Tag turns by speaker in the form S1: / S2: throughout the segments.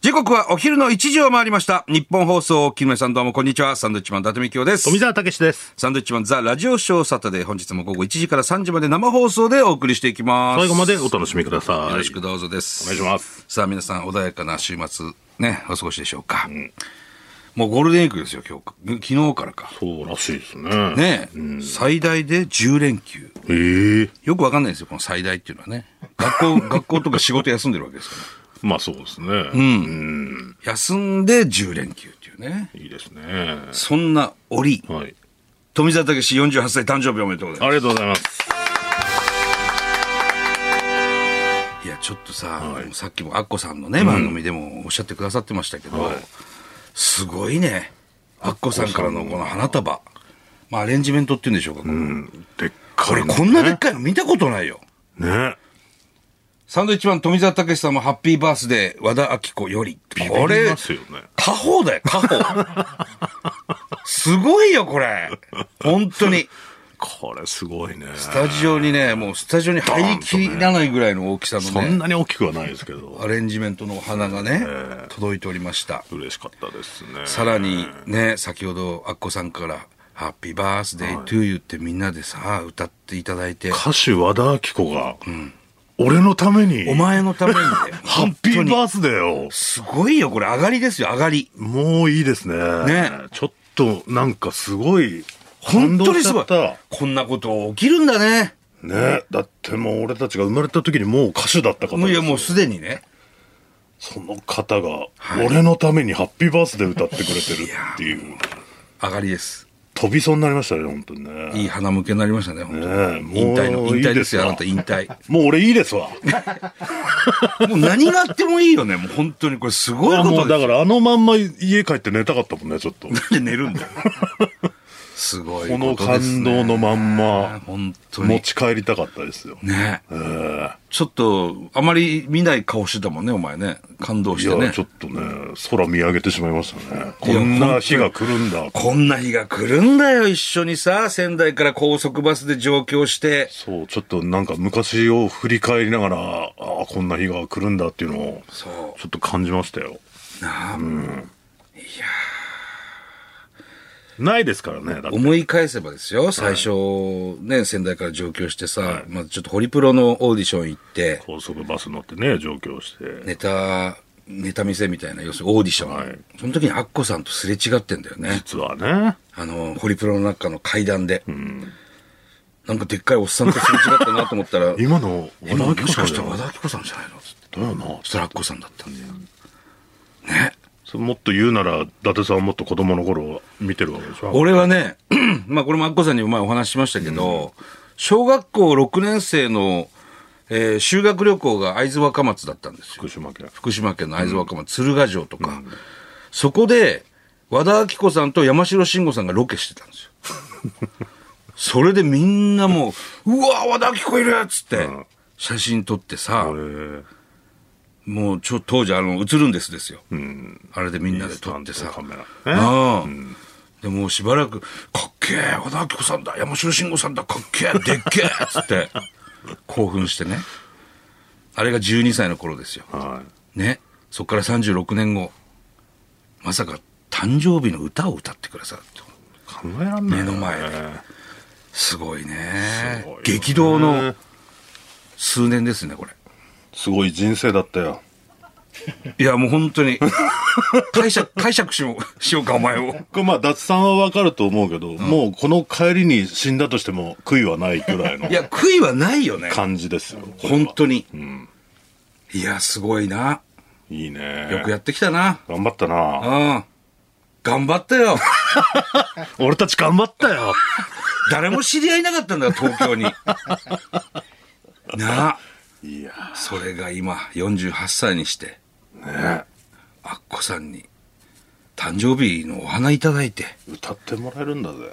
S1: 時刻はお昼の1時を回りました。日本放送、木村さんどうもこんにちは。サンドウィッチマン、伊達美京です。
S2: 富澤たけしです。
S1: サンドウィッチマンザ・ラジオショーサタデー。本日も午後1時から3時まで生放送でお送りしていきます。
S2: 最後までお楽しみください。
S1: よろしくどうぞです。
S2: お願いします。
S1: さあ皆さん、穏やかな週末、ね、お過ごしでしょうか。もうゴールデンウィークですよ、今日。昨日からか。
S2: そうらしいですね。
S1: ね、最大で10連休。
S2: ええ
S1: よくわかんないですよ、この最大っていうのはね。学校、 学校とか仕事休んでるわけですか
S2: まあそうですね。うん。
S1: ら。休んで10連休っていうね。
S2: いいですね。
S1: そんな折、
S2: はい。
S1: 富澤たけし48歳誕生日おめでとうござい
S2: あ
S1: ま
S2: りがとうございます。
S1: す。いや、ちょっとさ、もうさっきもアッコさんのね、番組でもおっしゃってくださってましたけど、
S2: はい
S1: すごいね。アッコさんからのこの花束。まあ、アレンジメントっていうんでしょうか。この
S2: でっ
S1: こ
S2: かい、
S1: れ、
S2: ね。
S1: こんなでっかいの見たことないよ。
S2: ね。
S1: サンドイッチマン富澤たけしさんもハッピーバースデー和田アキ子より。こ
S2: ビビり
S1: れ
S2: ま、すよね。
S1: 家宝だよ、家宝。すごいよ、これ。本当に。
S2: これすごいね。
S1: スタジオにね、もうスタジオに入りきらないぐらいの大きさ
S2: そ
S1: の
S2: ん
S1: ね、
S2: なに大きくはないですけど
S1: ア、レンジメントのお花がね、届いておりました。
S2: 嬉しかったですね。
S1: さらにね、先ほどアッコさんから、ハッピーバースデートゥーユーってみんなでさ、歌っていただいて、
S2: 歌手和田アキ子が、俺のために、
S1: お前のた めにね、
S2: ハッ
S1: 本当
S2: ピー
S1: に
S2: バースデーを、
S1: すごいよ、これ、上がりですよ、上がり。
S2: もういいですね。
S1: ね
S2: ちょっと、なんかすごい、
S1: 本当にすご
S2: 感動
S1: い
S2: しちゃっ。
S1: こんなこと起きるんだね。
S2: たねだってもう俺たちが生まれた時にもう歌手だった方
S1: もういや、もう
S2: です
S1: すでにね。
S2: その方が、俺のためにハッピーバースデー歌ってくれてるっていう、
S1: 上がりです。
S2: 飛びそうになりましたね、本当にね。
S1: いい花向けになりましたね、本当
S2: ねえ
S1: に。引退の、
S2: も
S1: 引
S2: ういい
S1: 退ですよ、
S2: ですわ
S1: あなた引退。
S2: もう俺い いですわ。
S1: もう何があってもいいよね、もう本当に。これすごいこ
S2: も
S1: と
S2: う
S1: で
S2: だ
S1: す。
S2: からあのまんま家帰って寝たかったもんね、ちょっと。こ
S1: なんで寝るんだよ。すごいこ
S2: の
S1: とです
S2: 感
S1: ね。
S2: 動のまんま、
S1: 本当
S2: 持
S1: に。
S2: ち帰りたかったですよ。
S1: ね
S2: ええ
S1: ちょっと、あまり見ない顔してたもんね、お前ね。感動
S2: い
S1: して
S2: や、
S1: ね
S2: ちょ。っとね、空見上げてしまいましたね。こんな日が来るんだ。
S1: こんな日が来るんだよ、一緒にさ。仙台から高速バスで上京して。
S2: そう、ちょっとなんか昔を振り返りながら、ああ、こんな日が来るんだっていうのを、ち
S1: そ
S2: ょっと感じましたよ。
S1: う。なあ、
S2: ないですからね、だって。
S1: 思い返せばですよ、最初、ね、仙台から上京してさ、まずちょっとホリプロのオーディション行って、
S2: 高速バス乗ってね、上京して。
S1: ネタ、ネタ見せみたいな、要するにオーディション。
S2: はい
S1: その時にアッコさんとすれ違ってんだよね。
S2: 実はね。
S1: あの、ホリプロの中の階段で。なんかでっかいおっさんとすれ違ったなと思った ら、
S2: 今の和
S1: 今
S2: 田ア
S1: も
S2: キ子
S1: し
S2: さん
S1: かし
S2: じ
S1: た
S2: ゃ
S1: ら
S2: な
S1: 和
S2: い
S1: 田アキ子さんじゃないのそし
S2: だよな。
S1: たらアッコさんだったんだよ。ね。
S2: それもっと言うなら、伊達さんはもっと子供の頃見てるわけでしょ。
S1: 俺はね、 まあこれもアッコさんにも前お話ししましたけど、小学校6年生の、えー修学旅行が会津若松だったんですよ。
S2: 福島県。
S1: 福島県の会津若松、鶴ヶ城とか、そこで和田アキ子さんと山城慎吾さんがロケしてたんです よ。それでみんなもう、うわ、和田アキ子いるっつって、写真撮ってさ、
S2: 俺、
S1: もうちょ当時あの、映るんですですよ。
S2: うん。
S1: あれでみんなで撮
S2: な
S1: っ
S2: ん
S1: て
S2: て
S1: さ、
S2: カメラ。ね
S1: ああ。でもうしばらく、かっけえ和田アキ子さんだ山城慎吾さんだかっけえでっけえつって、興奮してね。あれが12歳の頃ですよ。
S2: は
S1: ね。そっから36年後、まさか誕生日の歌を歌ってくださると。
S2: い。考えらんない
S1: 目
S2: よね。
S1: の前ですごいね
S2: すごいよね
S1: 激動の数年ですね、これ。
S2: すごい人生だったよ。
S1: いや、もう本当に、解釈、解釈しよう、しようか、お前を。
S2: これまあ、脱さんはわかると思うけど、もうこの帰りに死んだとしても悔いはないぐらい の
S1: いや、悔いはないよね。
S2: 感じですよ。
S1: 本当に。いや、すごいな。
S2: いいね。
S1: よくやってきたな。
S2: 頑張ったな。
S1: うん。頑張ったよ。
S2: 俺たち頑張ったよ。
S1: 誰も知り合いなかったんだよ、東京に。なあ。
S2: いや
S1: それが今、48歳にして、
S2: ね
S1: アッコさんに、誕生日のお花いただいて、
S2: 歌ってもらえるんだぜ。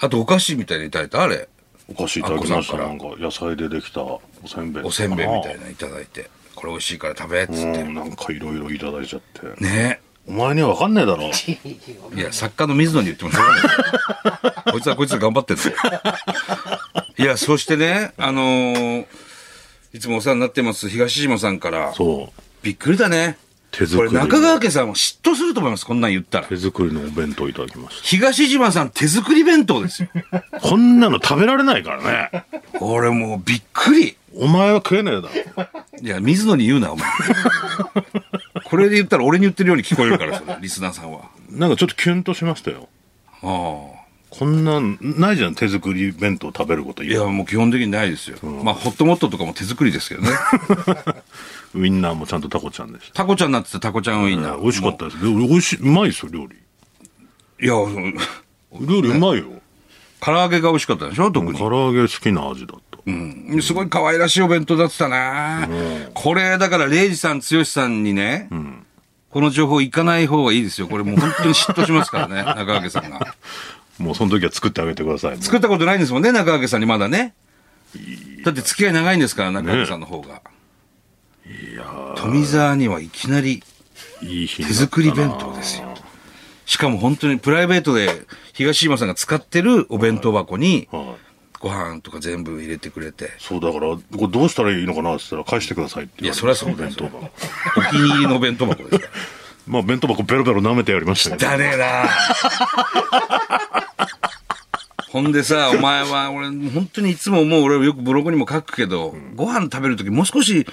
S1: あとお菓子みたいにいただいた、あれ、
S2: お菓子いただきまし
S1: あ
S2: た。
S1: こさ
S2: なんんか野菜でできたおせんべい。
S1: おせんべいみたいなのいただいて、これ美味しいから食べ、つって。
S2: うん、なんかいろいろいただいちゃって。
S1: ね
S2: お前にはわかんねえだろ。
S1: え。いや、作家の水野に言ってもしょうが ない。こいつはこいつで頑張ってるんだよ。いや、そしてね、あのーいつもお世話になってます、東島さんから、
S2: そう。
S1: びっくりだね。
S2: 手
S1: こ
S2: 作
S1: れ
S2: りの
S1: 中川家さんは嫉妬すると思います、こんなん言ったら
S2: 手。作りのお弁当いただきまし
S1: 東島さん手作り弁当ですよ。
S2: た。こんなの食べられないからね。
S1: 俺もうびっくり。
S2: お前は食えねえだろ。
S1: いや、水野に言うな、お前。これで言ったら俺に言ってるように聞こえるから、それリスナーさんは。
S2: なんかちょっとキュンとしましたよ。
S1: ああ。
S2: こんなんないじゃん、手作り弁当食べること。
S1: いや、もう基本的にないですよ。まあ、ホットモットとかも手作りですけどね。
S2: ウインナーもちゃんとタコちゃんでした。
S1: タコちゃんになってたタコちゃんウインナー。
S2: 美味しかったです。で美味しい、うまいですよ、料理。
S1: いや、 その
S2: 料理うまいよ。
S1: 唐揚げが美味しかったでしょ、特に。
S2: 唐揚げ好きな味だった。
S1: うん、すごい可愛らしいお弁当だってたな、これ、だから、レイジさん、剛さんにね、この情報行かない方がいいですよ。これもう本当に嫉妬しますからね、 中川家さんが。
S2: もうその時は作ってあげてください。
S1: 作ったことないんですもんね、中川家さんにまだね。だって付き合い長いんですから、中川家さんの方が。富澤にはいきなり
S2: いい日に
S1: 手
S2: なった
S1: 作
S2: な
S1: り弁当ですよ。しかも本当にプライベートで東島さんが使ってるお弁当箱に
S2: はい。
S1: ご飯とか全部入れてくれて、
S2: そう、だから、これどうしたらいいのかなって言ったら、返してくださいって言われて。
S1: いやそりゃそうだよ
S2: 弁当箱。
S1: お気に入りのお弁当箱ですから。
S2: まあ、弁当箱ベロベロ舐めてやりましたけど
S1: だねえなほんでさ、お前は、俺、本当にいつももう俺よくブログにも書くけど、ご飯食べるときもう少し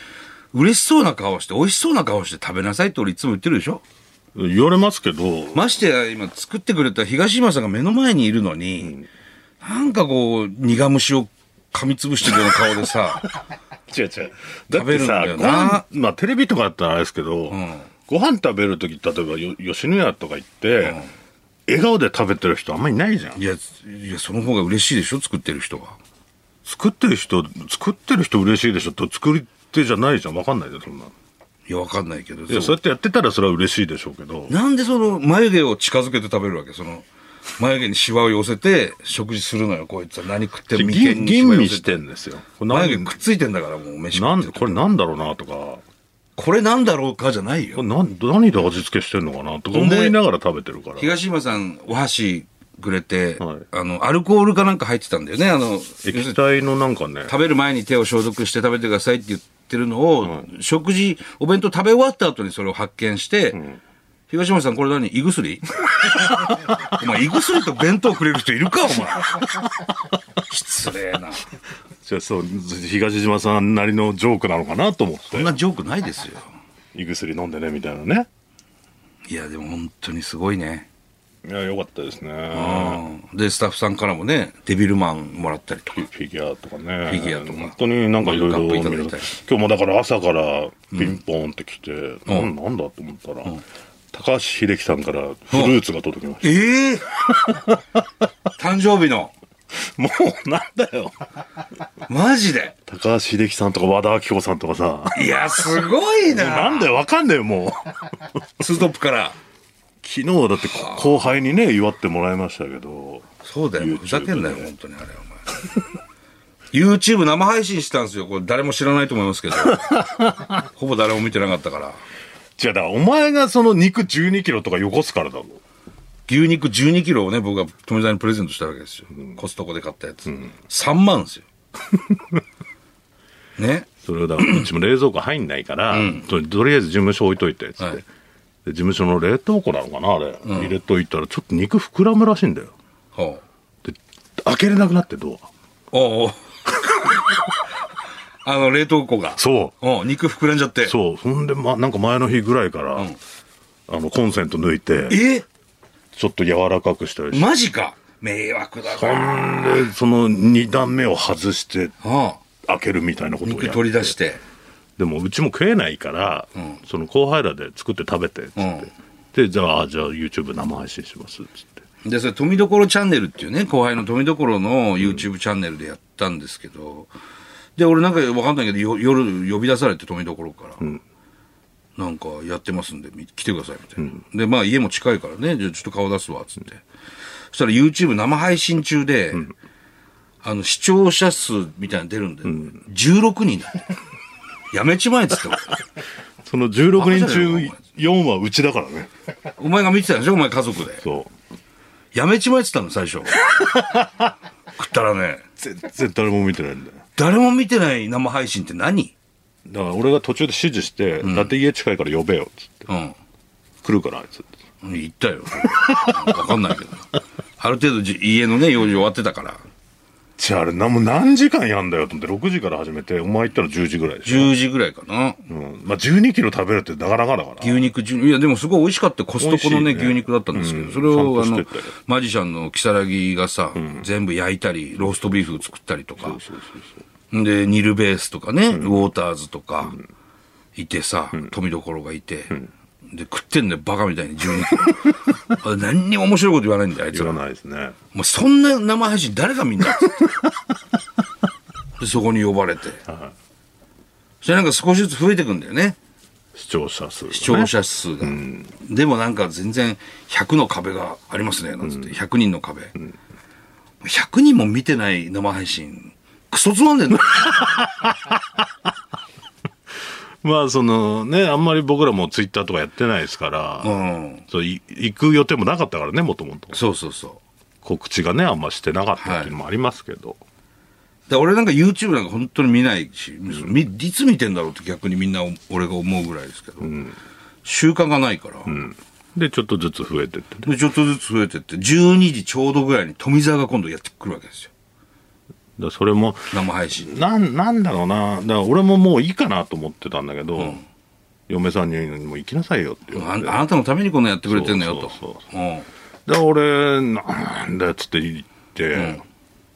S1: 嬉しそうな顔して、美味しそうな顔して食べなさいって俺いつも言ってるでしょ
S2: 言われますけど、
S1: ましてや今作ってくれた東島さんが目の前にいるのに、なんかこう、苦虫を噛みつぶしてるような顔でさ、
S2: 違う違う。だってさ、
S1: 食べるん
S2: ご
S1: だよな
S2: 飯、まあテレビとかだったらあれですけど、
S1: ん
S2: ご飯食べるとき、例えばよ吉野家とか行って、笑顔で食べてる人あんまりいないじゃん
S1: い。や、いや、その方が嬉しいでしょ作ってる人は。
S2: 作ってる人、作ってる人嬉しいでしょと作り手じゃないじゃん。わかんないじゃん、そんな。
S1: いや、わかんないけど。
S2: いや、
S1: そ
S2: そううやってやってたらそれは嬉しいでしょうけど、
S1: なんでその眉毛を近づけて食べるわけその、眉毛にシワを寄せて食事するのよ、こいつは。何食っても眉間
S2: 吟
S1: にシワ
S2: 吟
S1: 寄せ
S2: 味してんですよ。これなん
S1: 眉毛くっついてんだから、もう飯
S2: な
S1: 食
S2: ん
S1: って
S2: で、
S1: る
S2: これなんだろうなとか、
S1: これなんだろうかじゃないよ。
S2: これなん何で味付けしてんのかなとか
S1: ほん
S2: 思
S1: で
S2: いながら食べてるから。
S1: 東島さん、お箸くれて、
S2: はい
S1: あの、アルコールかなんか入ってたんだよね。あの、要する
S2: 液
S1: に
S2: 体のなんかね、
S1: 食べる前に手を消毒して食べてくださいって言ってるのを、食事、お弁当食べ終わった後にそれを発見して、東山さんこれ何胃薬 お前胃薬と弁当くれる人いるかお前。失礼な。
S2: じゃあそう、東島さんなりのジョークなのかなと思っ
S1: そん
S2: て。
S1: なジョークないですよ。
S2: 胃薬飲んでね、みたいなね。
S1: いや、でも本当にすごいね。
S2: いや、よかったですね。
S1: うんで、スタッフさんからもね、デビルマンもらったりとか
S2: フ。ィフィギュアとかね。
S1: フィギュアとか
S2: 本当になんかいろいろ
S1: ワールドカップいただ
S2: 見
S1: い
S2: る
S1: たり
S2: 今日もだから朝からピンポーンって来て、なんなんだと思ったら、高橋秀樹さんからフルーツが届きまし
S1: ええ 誕生日の。
S2: た。もうなんだよ。
S1: マジで。
S2: 高橋秀樹さんとか和田アキ子さんとかさ。
S1: いや、すごいな。
S2: なんだよ、わかんねえよ、 もう。
S1: ツートップから。
S2: 昨日だって後輩にね、祝ってもらいましたけど。
S1: そうだよ、
S2: YouTube
S1: ふざけんなよ、本当にあれ、お前。YouTube 生配信したんですよ。これ誰も知らないと思いますけど。 ほぼ誰も見てなかったから。
S2: 違う、だからお前がその肉12キロとかよこすからだろ。
S1: 牛肉12キロをね、僕が富澤にプレゼントしたわけですよ。コストコで買ったやつ。3万ですよ。 ね。
S2: それをだからうちも冷蔵庫入んないから、ととりあえず事務所置いといてっつって、
S1: はい
S2: で事務所の冷凍庫なのかなあれ、入れといたらちょっと肉膨らむらしいんだよ
S1: ほう。
S2: で開けれなくなってドア
S1: おうおう あの、冷凍庫が。
S2: そ
S1: おう肉膨らんじゃって。
S2: うそうそんで、ま、なんか前の日ぐらいから、あのコンセント抜いて
S1: え
S2: ちょっと柔らかくしたりして
S1: マジか迷惑だ
S2: ほ
S1: な。
S2: んでその2段目を外して
S1: ああ
S2: 開けるみたいなことを
S1: 肉
S2: や
S1: 取り出して。
S2: でもうちも食えないから、その後輩らで作って食べてっつって、
S1: うん
S2: でじゃああじゃあ YouTube 生配信しますっつって
S1: で、それ、富所チャンネルっていうね、後輩の富所の YouTube チャンネルでやったんですけど、で、俺なんかわかんないけど、よ夜呼び出されて富所から、なんかやってますんで、み来てください、みたいな。で、まあ家も近いからね、じゃあちょっと顔出すわ、つって。そしたら YouTube 生配信中で、あの、視聴者数みたいなの出るんで、16人だって。やめちまえっつって。
S2: その16人
S1: バカじ
S2: 中
S1: ゃない
S2: 4はうちだからね。
S1: お前が見てたでしょお前家族で。
S2: そう。
S1: やめちまえっつったの、最初。食ったらね。
S2: 全然誰も見てないんだよ。
S1: 誰も見てない生配信って何
S2: だから俺が途中で指示して、だって家近いから呼べよっつって
S1: うん。
S2: 来るからあいつって
S1: 行ったよ。わかんないけど。ある程度じ家のね、用事終わってたから。
S2: じゃああれなもう何時間やんだよと思って6時から始めてお前行ったら10時ぐらいでしょ、
S1: 10時ぐらいかな。
S2: うんまあ、12キロ食べるってなかなかだから
S1: 牛肉10、いや、でもすごい美味しかった。コストコのね、
S2: 美味しいね
S1: 牛肉だったんですけど、
S2: うん
S1: それを、あ
S2: ちゃん
S1: の
S2: としてったよ、
S1: マジシャンの如月がさ、全部焼いたり、ローストビーフ作ったりとか、
S2: そうそうそ
S1: で、ニルベースとかね、ウォーターズとか、いてさ、富所がいて、で、食ってんだよ、バカみたいに牛肉。 あれ何にも面白いこと言わないんだよ、あいうつ
S2: 言
S1: ら
S2: わ。ないですね
S1: もうそんな生配信誰が 見んだっつってでそこに呼ばれて、そしてなんか少しずつ増えてくんだよね
S2: 視聴者数、ね、
S1: 視聴者数が、でもなんか全然100の壁がありますねなんつって、100人の壁、100人も見てない生配信クソつまん ねえんだ
S2: まあそのねあんまり僕らもツイッターとかやってないですから、
S1: うん
S2: そうい行く予定もなかったからねもともと
S1: そうそうそう
S2: 告知がねあんましてなかったっていうのもありますけど、
S1: で俺なんか YouTube なんか本当に見ないし、みいつ見てんだろうって逆にみんな俺が思うぐらいですけど、習慣がないから、
S2: でちょっとずつ増えてってね
S1: で、ちょっとずつ増えてって、12時ちょうどぐらいに富澤が今度やってくるわけですよ。
S2: だそれも
S1: 生配信。
S2: なんなんだろうなだから俺ももういいかなと思ってたんだけど、嫁さんに「もう行きなさいよ」って言
S1: あ
S2: わ
S1: あ
S2: れて
S1: なたのためにこんなやってくれてんのよと。
S2: そうそう
S1: うん
S2: で俺なんだよっつって行って、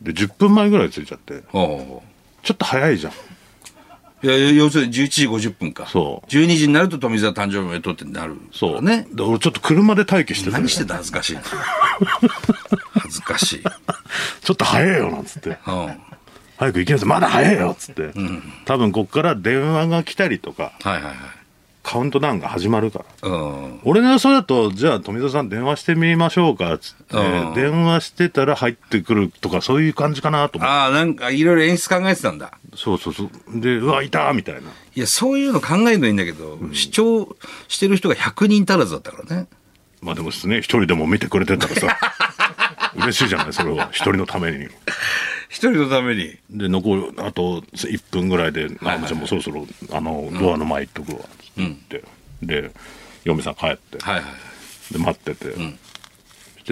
S2: で10分前ぐらい着いちゃって
S1: おう
S2: ちょっと早いじゃん
S1: いや、要するに11時50分か。
S2: そう
S1: 12時になると富澤誕生日おめでとうってなる。
S2: そう
S1: ね。
S2: で俺ちょっと車で待機してた
S1: 何
S2: の
S1: してた恥ずかしい な。恥ずかしい。
S2: ちょっと早いよなんつって
S1: うん。はい
S2: 早く行きなさいまだ早いよっつって、多分こっから電話が来たりとか
S1: はいはい。
S2: カウントダウンが始まるから
S1: うん。
S2: 俺の予想だとじゃあ富澤さん電話してみましょうかっつって
S1: うん
S2: 電話してたら入ってくるとかそういう感じかなと思って
S1: ああ、なんかいろいろ演出考えてたんだ。
S2: そうそうそうでうわいたみたいない
S1: や、そういうの考えるのいいんだけど、視聴してる人が100人足らずだったからね。
S2: まあでもですね一人でも見てくれてたらさ 嬉しいじゃないそれは一人のために
S1: 一人のために。
S2: で残るあと1分ぐらいで「あじゃあもうそろそろあのドアの前行っとくわ」って言って、で嫁さん帰って
S1: はいはいはい。
S2: で待ってて、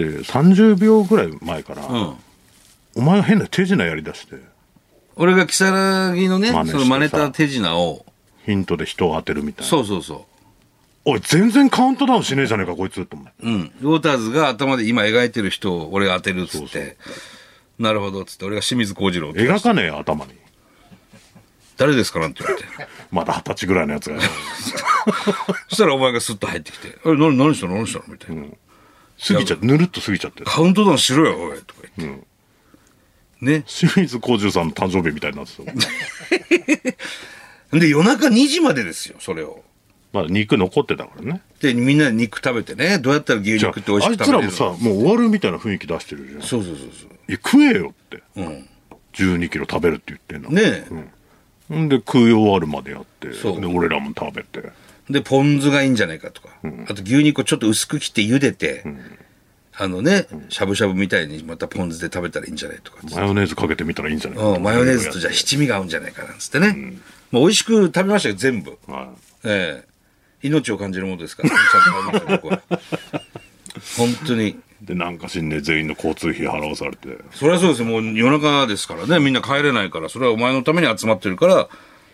S2: で30秒ぐらい前から、
S1: うん。
S2: お前が変な手品やりだして
S1: 俺が如月のね、
S2: 真似し
S1: そ
S2: て
S1: の真似た手品を、
S2: ヒントで人を当てるみたいな
S1: そうそうそ
S2: おい全然カウントダウンしねえじゃねえかこいつと思って
S1: う。うん。ウォーターズが頭で今描いてる人を俺が当てるっつって。なるほどっつって、俺が清水幸次郎って。
S2: 描かねえよ頭に
S1: 誰ですかなんて言って。
S2: まだ二十歳ぐらいの やつが
S1: そしたらお前がスッと入ってきて、あれ、何、何したの何したのみたいな。
S2: 過ぎちゃってぬるっと過ぎちゃって
S1: カウントダウンしろよ、おい。とか言って。ね。
S2: 清水幸十さんの誕生日みたいになってた
S1: で、夜中2時までですよ、それを。
S2: まあ肉残ってたからね
S1: で、みんなで肉食べてね、どうやったら牛
S2: じゃ
S1: 肉って美味
S2: ああ
S1: し
S2: い
S1: く
S2: つ
S1: 食べ
S2: ら
S1: れる
S2: も
S1: の
S2: さもう終わるみたいな雰囲気出してるじゃんい
S1: そうそうそうそ
S2: や食えよって
S1: う。うん。
S2: 1 2キロ食べるって言ってんの
S1: ねえ。
S2: んで食い終わるまでやって
S1: そう
S2: で俺らも食べて
S1: で、ポン酢がいいんじゃないかとか。あと牛肉をちょっと薄く切って茹でて、あのね、しゃぶしゃぶみたいにまたポン酢で食べたらいいんじゃないとか。
S2: マヨネーズかけてみたらいいんじゃない
S1: うん、マヨネーズとじゃあ七味が合うんじゃないかなんつってね。もう美味しく食べましたよ、全部。
S2: は
S1: ええ命を感じるものです から、ちゃんと食べましたよ、僕は。本当に。
S2: いでなんか死んで全員の交通費払わされて
S1: それはそうですよ。もう夜中ですからね。みんな帰れないから、それはお前のために集まってるから、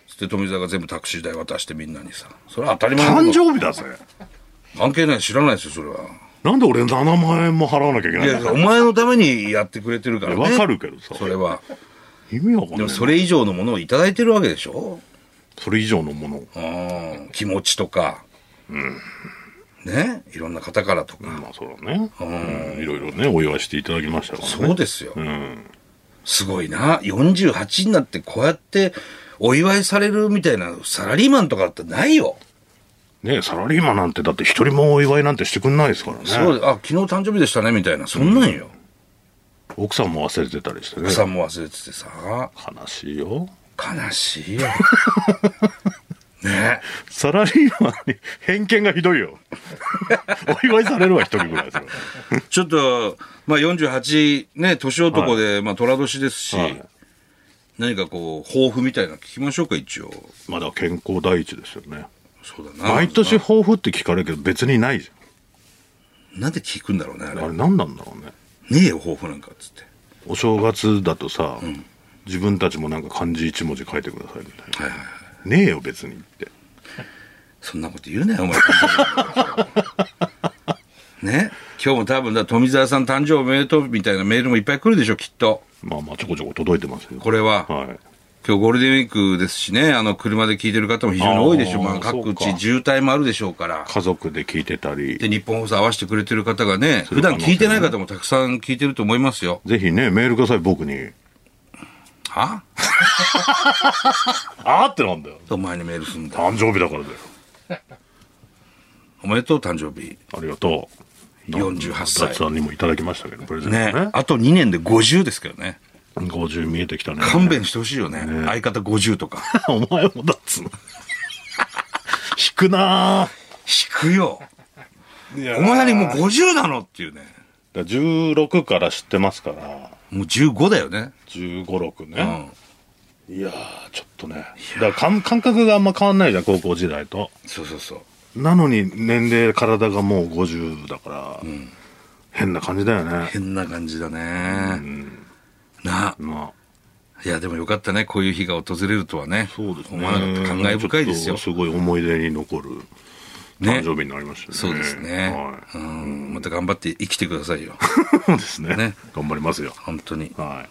S1: つって富澤が全部タクシー代渡してみんなにさ。それは当たり前な
S2: 誕
S1: の
S2: 生日だぜ
S1: 関係ない、知らないですよ、それは。
S2: なんで俺7万円も払わなきゃいけないい
S1: や、
S2: の
S1: お前のためにやってくれてるからね。
S2: いやわかるけどさ
S1: それは。
S2: 意味わかん
S1: で
S2: な
S1: も
S2: い
S1: そ
S2: そ
S1: れ以上のものをいただいてるわけでしょ
S2: れ以上のものを
S1: うん。気持ちとか。ねいろんな方からとか。
S2: まあそらねうんいろいろねお祝いしていただきましたからね
S1: そうですよ。
S2: うん
S1: すごいな。48になってこうやってお祝いされるみたいなサラリーマンとかだってないよ。
S2: ねサラリーマンなんてだって一人もお祝いなんてしてくんないですからね
S1: そうあ、昨日誕生日でしたね、みたいな。そんなんよ。
S2: 奥さんも忘れてたりしてね
S1: 奥さんも忘れててさ。
S2: 悲しいよ
S1: 悲し いよ。ね
S2: サラリーマンに偏見がひど いよお祝いされるわ一人ぐらいですよ
S1: ちょっと、まあ48、ね、年男で、まあ、虎年ですし、
S2: はい
S1: 何かこう、抱負みたいなの聞きましょうか、一応。
S2: まだ健康第一ですよね。
S1: そうだな。
S2: 毎年抱負って聞かれるけど別にないじ
S1: なんで聞くんだろうね、あ
S2: ゃ
S1: れ。
S2: ん。あれ
S1: ね
S2: 何なんだろうね。
S1: えよ、抱負なんか、つって。
S2: お正月だとさ、自分たちもなんか漢字一文字書いてくださいみたい
S1: は
S2: な。
S1: いはいはい。
S2: ねえよ別にって。
S1: そんなこと言うなよ、お前。 ね今日も多分だ、富澤さん誕生おめでとうみたいなメールもいっぱい来るでしょ、きっと。
S2: まあまあちょこちょこ届いてますよ。
S1: これは。
S2: はい。
S1: 今日ゴールデンウィークですしね、あの、車で聞いてる方も非常に多いでしょう。
S2: あー
S1: まあ、各
S2: そう
S1: 地
S2: か
S1: 渋滞もあるでしょうから。
S2: 家族で聞いてたり
S1: で、、日本放送合わせてくれてる方がね、
S2: れ
S1: 普
S2: 可能
S1: 段
S2: 性
S1: 聞いてない方もたくさん聞いてると思いますよ。
S2: ぜひね、メールください、僕に。
S1: は
S2: あーってなんだよ。
S1: お前にメールすんだ。
S2: 誕生日だからだよ。
S1: おめでとう、誕生日。
S2: ありがとう。
S1: 48歳
S2: 達さんにもいただきましたけど、プレゼントね
S1: ね。あと2年で50ですけどね。
S2: 50見えてきたね。
S1: 勘弁してほしいよね。相方50とか。
S2: お前もだっつうの。引くな
S1: 引くよ。
S2: ぁ。
S1: お前にもう50なのっていうね。
S2: だ16から知ってますから、
S1: もう15だよね。
S2: 15、6
S1: う
S2: ね。
S1: ん。
S2: いやー、ちょっとね。だから感感覚があんま変わんないじゃん、高校時代と。
S1: そうそうそう。
S2: なのに年齢、体がもう50だから、変な感じだよね。
S1: 変な感じだね。なあ。
S2: まあ、
S1: いや、でもよかったね。こういう日が訪れるとはね。
S2: そうですね。
S1: 思わなかった。感慨深いですよ
S2: ちょっと。すごい思い出に残る
S1: ね
S2: 誕生日になりましたね。
S1: そうですね。
S2: は
S1: う
S2: い。
S1: ん。また頑張って生きてくださいよ。
S2: そうですね
S1: ね
S2: 頑張りますよ。
S1: 本当に。
S2: は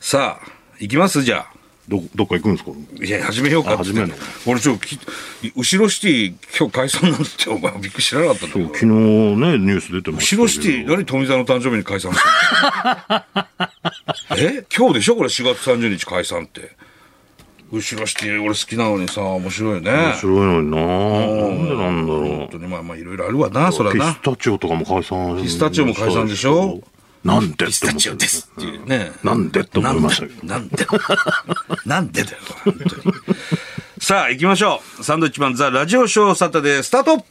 S1: さあ、行きますじゃあ。
S2: い。ど、どっか行くんですか
S1: いや、始めようか
S2: あ始めんの
S1: 俺ちょっとき、後ろシティ今日解散なんてお前びっくり知らなかったんだ
S2: そう、
S1: け
S2: 昨
S1: ど。
S2: 日ね、ニュース出てまし
S1: 後
S2: たけど。
S1: ろシティ、何富澤の誕生日に解散した のえ今日でしょこれ4月30日解散って。後ろシティ俺好きなのにさ、面白いよね。
S2: 面白いのにななんでなんだ
S1: 本
S2: ろ
S1: 当にまあまあいろいろあるわな、そら
S2: う。ピ
S1: な
S2: ス。タチオとかも解散。ピ
S1: スタチオも解散でしょ
S2: なんでって思って
S1: ピスタチオですっていうね。
S2: なんでって思いましたけど。
S1: なんでなんでだよ、本当に。さあ、行きましょう。サンドイッチマンザラジオショーサタデースタート